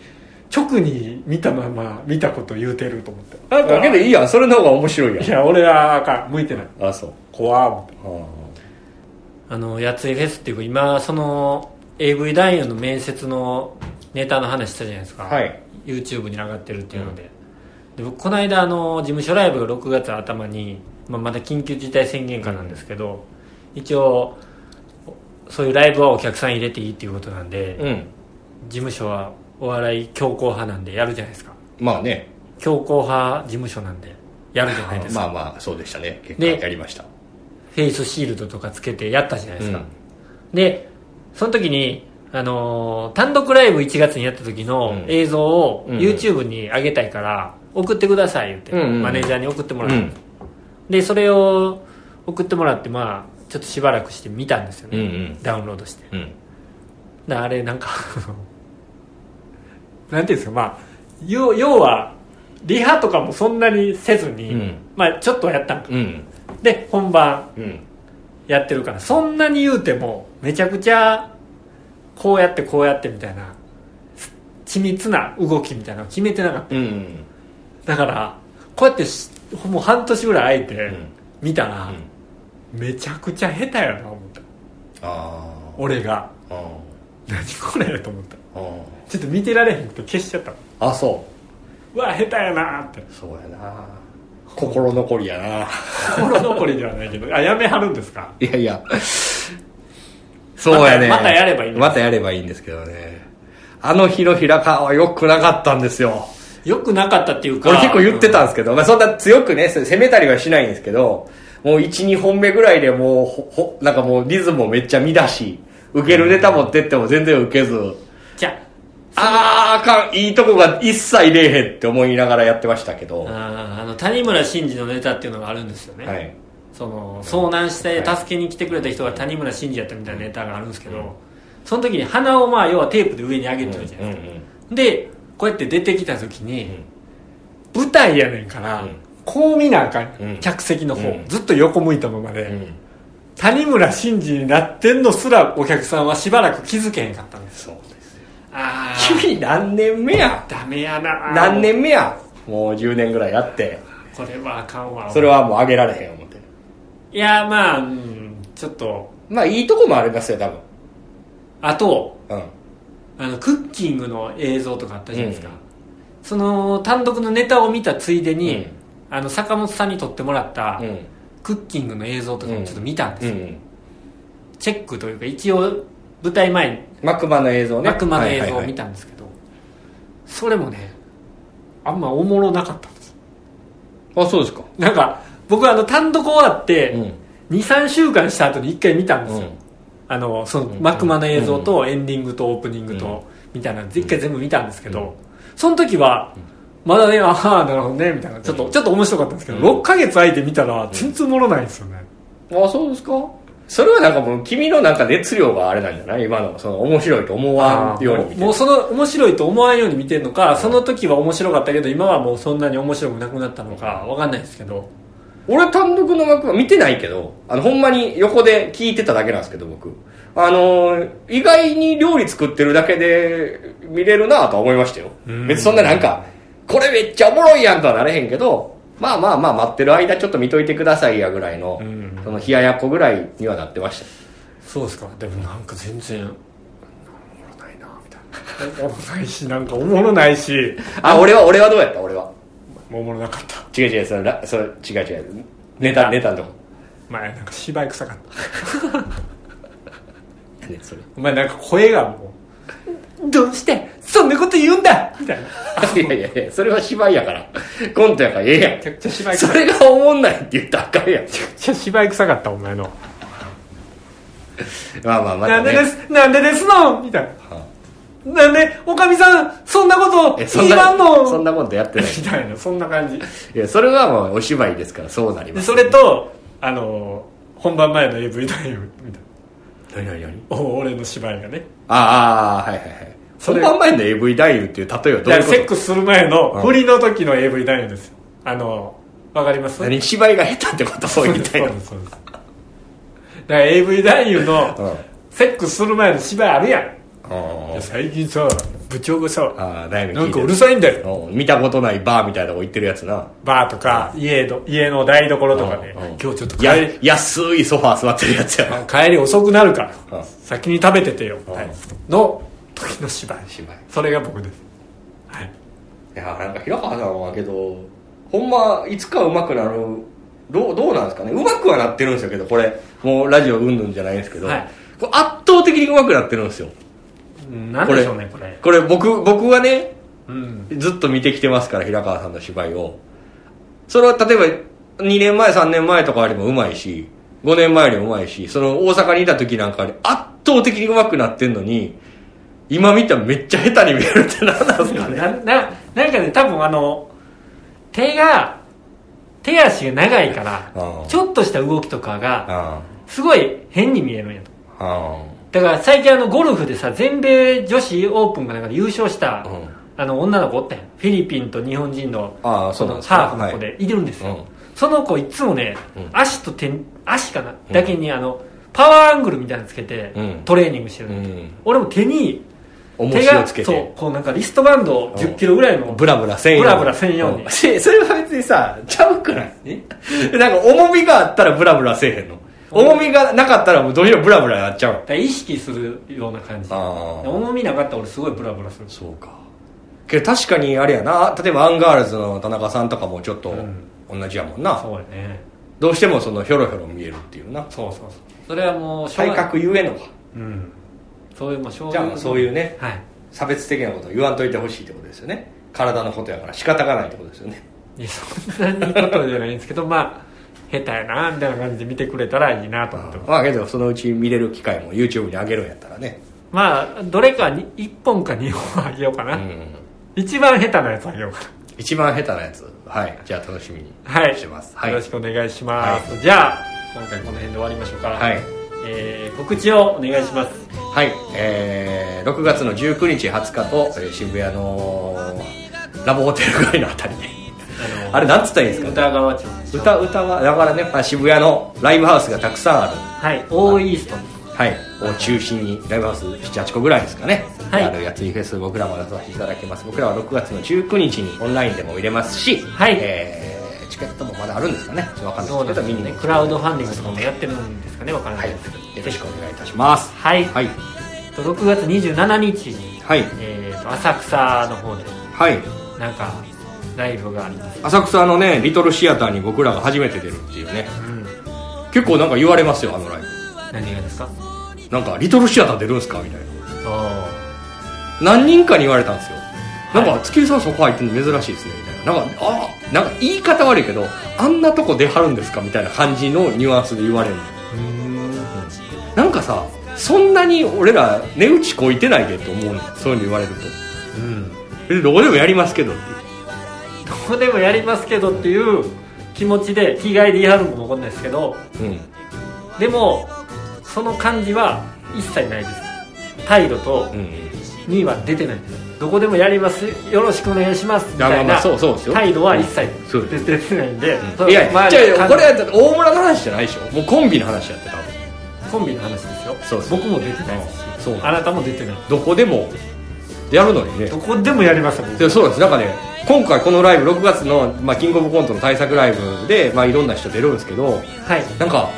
Speaker 1: 直に見たまま見たこと言うてると思って
Speaker 2: なんかけどいいやんそれの方が面白いや
Speaker 1: いや俺はあかん向いてない
Speaker 2: んあそう
Speaker 1: 怖っ思って
Speaker 2: ああ
Speaker 1: あのやついフェスっていうか今その AV 男優の面接のネタの話したじゃないですか、
Speaker 2: はい
Speaker 1: YouTube に上がってるっていうので,、で僕この間あの事務所ライブが6月頭に、まあ、まだ緊急事態宣言下なんですけど一応そういうライブはお客さん入れていいっていうことなんで、
Speaker 2: うん
Speaker 1: 事務所はお笑い強硬派なんでやるじゃないですか
Speaker 2: まあね
Speaker 1: 強硬派事務所なんでやるじゃないですか、
Speaker 2: まあまあそうでしたね結果
Speaker 1: で
Speaker 2: やりました
Speaker 1: フェイスシールドとかつけてやったじゃないですか、
Speaker 2: うん
Speaker 1: でその時に、あのー単独ライブ1月にやった時の
Speaker 2: うん
Speaker 1: 映像を
Speaker 2: うん
Speaker 1: YouTube に上げたいから送ってください言って、
Speaker 2: うんうん
Speaker 1: マネージャーに送っても
Speaker 2: う
Speaker 1: らって、
Speaker 2: ん
Speaker 1: でそれを送ってもらってまあちょっとしばらくして見たんですよ
Speaker 2: うんう
Speaker 1: ね、
Speaker 2: ん
Speaker 1: ダウンロードして
Speaker 2: うん
Speaker 1: だからあれなんかなんていうんですかまあ要要はリハとかもそんなにせずに、
Speaker 2: うん
Speaker 1: まあちょっとはやったんか
Speaker 2: うん
Speaker 1: で本番
Speaker 2: うん
Speaker 1: やってるからそんなに言うてもめちゃくちゃこうやってこうやってみたいなす緻密な動きみたいなの決めてなかっ
Speaker 2: うんうん
Speaker 1: ただからこうやってしもう半年ぐらい空いて
Speaker 2: ん
Speaker 1: 見たら、めちゃくちゃ下手やな思った
Speaker 2: あ
Speaker 1: 俺が
Speaker 2: ああ
Speaker 1: 何これと思った
Speaker 2: あ
Speaker 1: ちょっと見てられへんくて消しちゃった
Speaker 2: あそう
Speaker 1: わ下手やなって
Speaker 2: うそうやな心残りやな
Speaker 1: 心残りではないけどあやめはるんですか
Speaker 2: いやいや。そうやね。
Speaker 1: またまたやればいいんです
Speaker 2: またやればいいんですけどね。あの日の平川は良くなかったんですよ。
Speaker 1: よくなかったっていうか
Speaker 2: 俺結構言ってたんですけど、まあそんな強くね、せ攻めたりはしないんですけど、もう1、2本目ぐらいでもう、ほ、ほなんかもうリズムもめっちゃ乱し、受けるネタ持ってっても全然受けず、
Speaker 1: じゃ
Speaker 2: あーあかん、いいとこが一切出えへんって思いながらやってましたけど、
Speaker 1: あ
Speaker 2: は
Speaker 1: あーあの谷村新司のネタっていうのがあるんですよね、
Speaker 2: い。
Speaker 1: その遭難して助けに来てくれた人が谷村新司やったみたいなネタがあるんですけど、その時に鼻をまあ要はテープで上に上げてるじゃ
Speaker 2: う
Speaker 1: なんいうですか、
Speaker 2: ん。
Speaker 1: でこうやって出てきた時に、
Speaker 2: ん
Speaker 1: 舞台やねんから、
Speaker 2: うん
Speaker 5: こう見なあかん、
Speaker 2: うん
Speaker 5: 客席の方、
Speaker 2: うん
Speaker 5: ずっと横向いたままで、
Speaker 2: うん
Speaker 5: 谷村新司になってんのすらお客さんはしばらく気づけへんかったんです
Speaker 2: そうです
Speaker 1: あ
Speaker 2: 君何年目や
Speaker 1: あダメやな
Speaker 2: 何年目やもう10年ぐらいやって
Speaker 1: これはあかんわ
Speaker 2: それはもう上げられへん思って
Speaker 1: いやまあ、うん、ちょっと
Speaker 2: まあいいとこもありますよ多分
Speaker 1: あと
Speaker 2: うん
Speaker 1: あのクッキングの映像とかあったじゃないですか、その単独のネタを見たついでに、
Speaker 2: うん
Speaker 1: あの坂本さんに撮ってもらった
Speaker 2: うん
Speaker 1: クッキングの映像とかもちょっと見たんです
Speaker 2: う
Speaker 1: よ、
Speaker 2: ん
Speaker 1: チェックというか一応舞台前に
Speaker 2: マクマの映像ね
Speaker 1: マクマの映像を見
Speaker 2: た
Speaker 1: たんですけど、それもねあんまおもろなかったんです
Speaker 2: あそうですか
Speaker 1: なんか僕あの単独終わって
Speaker 2: うん
Speaker 1: 23週間した後に1回見たんですよ、
Speaker 2: うん
Speaker 1: あのその
Speaker 2: うん
Speaker 1: マクマの映像とエンディングとオープニングとみたいな1回全部見たんですけどその時はまだねああなるほどねみたいなちょっとちょっと面白かったんですけど
Speaker 2: うん
Speaker 1: 6ヶ月空いて見たら全然おもろないんですよね
Speaker 2: あそうですかそれはなんかもう君のなんか熱量があれなんじゃない今のその面白いと思わんように見てる
Speaker 1: もうその面白いと思わんように見てるのかその時は面白かったけど今はもうそんなに面白くなくなったのかわかんないですけど
Speaker 2: 俺単独の幕は見てないけどあのほんまに横で聞いてただけなんですけど僕あのー意外に料理作ってるだけで見れるなとは思いましたよ
Speaker 1: うん
Speaker 2: 別にそんななんかこれめっちゃおもろいやんとはなれへんけどまあまあまあ待ってる間ちょっと見といてくださいやぐらいの、
Speaker 1: うん
Speaker 2: その冷ややっこぐらいにはなってました
Speaker 1: そうですかでもなんか全然おもろないなみたいなおもろないしなんかおもろないし
Speaker 2: あ俺は俺はどうやった俺は
Speaker 5: おもろなかった
Speaker 2: 違う違うそれらそれ違う違うネタネタのとこ
Speaker 5: 前なんか芝居臭かった
Speaker 2: 何それ
Speaker 5: お前なんか声がもうどうしてそんなこと言うんだみたいない
Speaker 2: やいやいやそれは芝居やからコントやからええやん
Speaker 5: めちゃくちゃ 芝居臭
Speaker 2: そ
Speaker 5: いめ
Speaker 2: れがおもんないって言ったらあかんやん。
Speaker 5: ちゃくちゃ芝居臭かったお前の
Speaker 2: まあまあま
Speaker 5: な
Speaker 2: た
Speaker 5: ん
Speaker 2: ね
Speaker 5: でですなんでですのみたいななんでおかみさんそんなこと
Speaker 2: えそ
Speaker 5: 言
Speaker 2: ん
Speaker 5: いらん
Speaker 2: な、そん
Speaker 5: の
Speaker 2: なことやってない。
Speaker 5: みたいなそんな感じ
Speaker 2: いや、それはもうお芝居ですから、そうなりま。
Speaker 5: ですそれ、とあの本番前の AV タイムみたい
Speaker 2: 何何何
Speaker 5: なお俺の芝居がね
Speaker 2: ああ、はいはいはい。
Speaker 5: それ
Speaker 2: 本番前の AV 男優っていう例えはどう
Speaker 5: だ
Speaker 2: い
Speaker 5: からセ
Speaker 2: う
Speaker 5: ッ
Speaker 2: こ
Speaker 5: クスする前
Speaker 2: うん
Speaker 5: の振りの時の AV 男優ですよあのわかります
Speaker 2: と何芝居が下手ってこと
Speaker 5: そう
Speaker 2: み
Speaker 5: です
Speaker 2: たい
Speaker 5: そう
Speaker 2: な。
Speaker 5: ですそうですだから AV 男優
Speaker 2: うん
Speaker 5: のセックスする前の芝居あるやんい
Speaker 2: あ
Speaker 5: や最近さ部長がさ
Speaker 2: あ、だいぶ
Speaker 5: な
Speaker 2: 聞
Speaker 5: ん
Speaker 2: い
Speaker 5: か
Speaker 2: て
Speaker 5: う
Speaker 2: る
Speaker 5: るさいんだよ
Speaker 2: うん見たことないバーみたいなとこ行ってるやつな。
Speaker 5: バーとか家の家の台所とかで
Speaker 2: うんうん
Speaker 5: 今日ちょっと帰
Speaker 2: や
Speaker 5: り、
Speaker 2: 安いソファー座ってるやつやな。
Speaker 5: 帰り遅くなるから、
Speaker 2: うん
Speaker 5: 先に食べててよ、
Speaker 2: うん
Speaker 5: はいの時の芝居
Speaker 2: 芝居。
Speaker 5: それが僕ですはい
Speaker 2: いやなんか平川さんはけどほんまいつか上手くなるどうどうなんですかね上手くはなってるんですよけどこれもうラジオうんぬんじゃないんですけど、
Speaker 1: はい
Speaker 2: これ圧倒的に上手くなってるんですよ
Speaker 1: うんなんでしょうねこれ
Speaker 2: これ僕僕はね
Speaker 1: うん
Speaker 2: ずっと見てきてますから平川さんの芝居をそれは例えば2年前3年前とかよりも上手いし5年前よりも上手いしその大阪にいた時なんかより圧倒的に上手くなってんのに今見たらめっちゃ下手に見えるって何なんで すか
Speaker 1: な
Speaker 2: ね
Speaker 1: ななんかね多分あの手が手足が長いから
Speaker 2: うん
Speaker 1: ちょっとした動きとかが
Speaker 2: あ
Speaker 1: すごい変に見えるんやと
Speaker 2: ああ
Speaker 1: だから最近あのゴルフでさ全米女子オープンかなんかで優勝した、
Speaker 2: うん
Speaker 1: あの女の子おったやんフィリピンと日本人の
Speaker 2: ああそうなん
Speaker 1: の
Speaker 2: です
Speaker 1: ハーフ
Speaker 2: か
Speaker 1: の子でいてるんですよ、
Speaker 2: うん
Speaker 1: その子いつもね、
Speaker 2: うん
Speaker 1: 足と手足かな
Speaker 2: うん
Speaker 1: だけにあのパワーアングルみたいなのつけて、
Speaker 2: うん
Speaker 1: トレーニングしてる、
Speaker 2: うん
Speaker 1: 俺も手に
Speaker 2: 重
Speaker 1: 手
Speaker 2: しを
Speaker 1: が
Speaker 2: つけ
Speaker 1: そう
Speaker 2: て
Speaker 1: こうなんかリストバンドを1 0キロぐらいの
Speaker 2: ブラブラ専用
Speaker 1: ブラブラ専用に
Speaker 2: うんせそれは別にさちゃうくない なんか重みがあったらブラブラせえへんの重みがなかったらもうどうしようブラブラやっちゃうの
Speaker 1: だから意識するような感じ
Speaker 2: あー
Speaker 1: 重みなかったら俺すごいブラブラする
Speaker 2: そうかけど確かにあれやな例えばアンガールズの田中さんとかもちょっと
Speaker 1: ん
Speaker 2: 同じやもんな、
Speaker 1: そうやね
Speaker 2: どうしてもそのヒョロヒョロ見えるっていうな
Speaker 1: そうそうそうそれはもうしょう
Speaker 2: 体
Speaker 1: が
Speaker 2: 格ゆえのか
Speaker 1: うんそういうもうしょう
Speaker 2: じゃあまあそういうね
Speaker 1: はい
Speaker 2: 差別的なことを言わんといてほしいってことですよね体のことやから仕方がないってことですよね
Speaker 1: いやそんなにことじゃないんですけどまあ下手やなみたいな感じで見てくれたらいいなと思ってます
Speaker 2: まあけどそのうち見れる機会も YouTube に上げるんやったらね
Speaker 1: まあどれかに1本か2本あげようかな、
Speaker 2: うん
Speaker 1: 一番下手なやつあげようか
Speaker 2: 一番下手なやつはいじゃあ楽しみに
Speaker 1: なはい
Speaker 2: してますはい
Speaker 1: よろしくお願いします、じゃあ今回この辺で終わりましょうか
Speaker 2: はい
Speaker 1: えー告知をお願いします
Speaker 2: はいえーえー6月の19日20日と、えー渋谷のラボホテル街のあたりで
Speaker 1: あ
Speaker 2: あれなんつったらいいんですかね
Speaker 1: 歌川町でしょ
Speaker 2: 歌歌はだからね、まあ、渋谷のライブハウスがたくさんある
Speaker 1: はいオーイーストン
Speaker 2: はい、を中心にライブハウス78個ぐらいですかね、
Speaker 1: はい
Speaker 2: あるやついフェス僕らも出させていただきます僕らは6月の19日にオンラインでも入れますし、
Speaker 1: はい
Speaker 2: えーチケットもまだあるんですかねちょっとわかんない
Speaker 1: そうで
Speaker 2: で
Speaker 1: すす
Speaker 2: けど見に
Speaker 1: ね
Speaker 2: 行く
Speaker 1: クラウドファンディングとかもやってるんですかねわからな
Speaker 2: はいいよ
Speaker 1: ですけど、
Speaker 2: ろしくお願いいたします
Speaker 1: はい、
Speaker 2: はい
Speaker 1: えっと6月27日に、
Speaker 2: はい
Speaker 1: えーと浅草の方で
Speaker 2: はい
Speaker 1: なんかライブがあります、
Speaker 2: 浅草のねリトルシアターに僕らが初めて出るっていうね
Speaker 1: うん、
Speaker 2: 結構なんか言われますよあのライブ
Speaker 1: 何がですか
Speaker 2: なんか「リトルシアター出るんすか?」みたいな
Speaker 1: あ
Speaker 2: 何人かに言われたんですよなんか月見さんそこ入ってるの珍しいですねみたいななんかあーなんか言い方悪いけどあんなとこ出はるんですかみたいな感じのニュアンスで言われるのなんかさそんなに俺ら値打ちこいてないでと思うのそういうの言われる
Speaker 1: うんうん
Speaker 2: とえどこでもやりますけどっていう
Speaker 1: どこでもやりますけどっていう気持ちで気概でやるのかもわかんないですけど
Speaker 2: うん
Speaker 1: でもその感じは一切ないです態度と
Speaker 2: うん
Speaker 1: には出てないですどこでもやりますよろしくお願いしますみ
Speaker 2: いやま
Speaker 1: た
Speaker 2: あ
Speaker 1: い
Speaker 2: ま
Speaker 1: な
Speaker 2: あそうそうですよ
Speaker 1: 態度は一切
Speaker 2: そうで
Speaker 1: 出てないんで、そ
Speaker 2: い
Speaker 1: れ
Speaker 2: や
Speaker 1: まあ
Speaker 2: いやいや
Speaker 1: 感
Speaker 2: これはだって大村の話じゃないでしょもうコンビの話やってた
Speaker 1: コンビの話ですよ
Speaker 2: そうそう
Speaker 1: 僕も出てないですし
Speaker 2: そう
Speaker 1: あなたも出てない
Speaker 2: どこでもやるのにね
Speaker 1: どこでもやりますよ僕
Speaker 2: でそうなんですなんかね今回このライブ6月の、まあ、キングオブコントの対策ライブで、まあ、いろんな人出るんですけど
Speaker 1: はい
Speaker 2: なんか、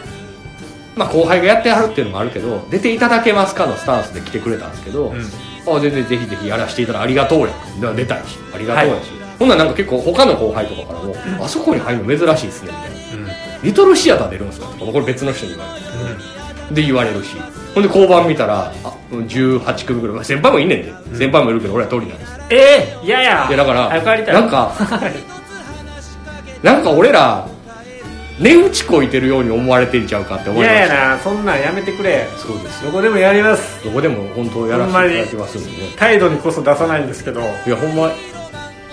Speaker 2: まあ、後輩がやってはるっていうのもあるけど出ていただけますかのスタンスで来てくれたんですけど、あ全然ぜひぜひやらせていただありがとうやだから出たいしありがとうやし、ほんならなんか結構他の後輩とかからも「あそこに入るの珍しいですね」みたいな「リトルシアター出るんですか?」とかこれ別の人に言われてで言われるしほんで交番見たらあ18組ぐらいまあ先輩もいんねんで、先輩もいるけど俺は通りなんです
Speaker 1: えー、いやいや
Speaker 2: いやだから
Speaker 1: 早く帰りたい
Speaker 2: な んか
Speaker 1: はい
Speaker 2: なんか俺ら値打ちこいてるように思われてんちゃうかって思いまし
Speaker 1: 嫌
Speaker 2: た
Speaker 1: ややなそんなんやめてくれ
Speaker 2: そうですよ
Speaker 1: どこでもやります
Speaker 2: どこでも本当やらせていただきますんでね
Speaker 1: 態度にこそ出さないんですけど
Speaker 2: いやほんま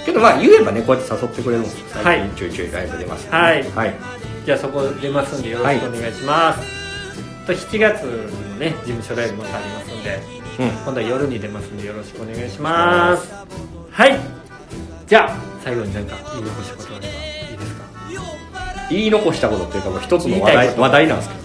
Speaker 2: けどまあ言えばねこうやって誘ってくれるんですよ
Speaker 1: はい
Speaker 2: 最近ちょいちょいライブ出ますんでね
Speaker 1: はい
Speaker 2: はい
Speaker 1: じゃあそこ出ますんでよろしくお願いします、と7月のね事務所ライブまたありますんで
Speaker 2: うん
Speaker 1: 今度は夜に出ますんでよろしくお願いしますはいじゃあ最後になんか言い残したことあればいいですか
Speaker 2: 言い残したことっていうかもう一つ
Speaker 1: 言
Speaker 2: の話
Speaker 1: いたいこ
Speaker 2: 題
Speaker 1: と
Speaker 2: 話題なんですけど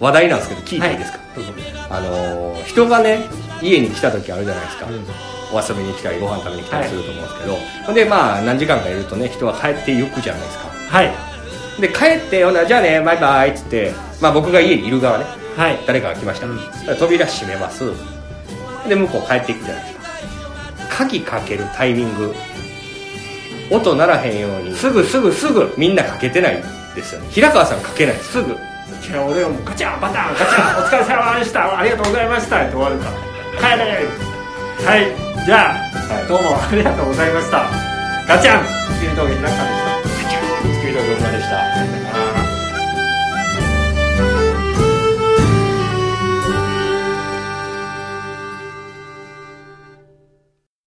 Speaker 2: 話題なんですけど聞いていいですか、
Speaker 1: どうぞ
Speaker 2: あのー人がね家に来た時あるじゃないですか、
Speaker 1: うん
Speaker 2: お遊びに来たりご飯食べに来たりすると思うんですけど、ほんでまあ何時間かいるとね人は帰ってゆくじゃないですか
Speaker 1: はい
Speaker 2: で帰ってほなじゃあねバイバイっつって、まあ、僕が家にいる側ね
Speaker 1: はい
Speaker 2: 誰かが来ました、
Speaker 1: うん
Speaker 2: 扉閉めますで向こう帰っていくじゃないですか鍵かけるタイミング音ならへんように
Speaker 1: すぐすぐすぐ
Speaker 2: みんなかけてないですよね平川さんかけないです
Speaker 1: すぐいや俺はもうガチャンバタンガチャンお疲れ様でしたありがとうございましたって終わるから帰れはいじゃあ、
Speaker 2: はい
Speaker 1: どうもありがとうございましたガチャン月見峠平川でした
Speaker 2: 月見峠女でした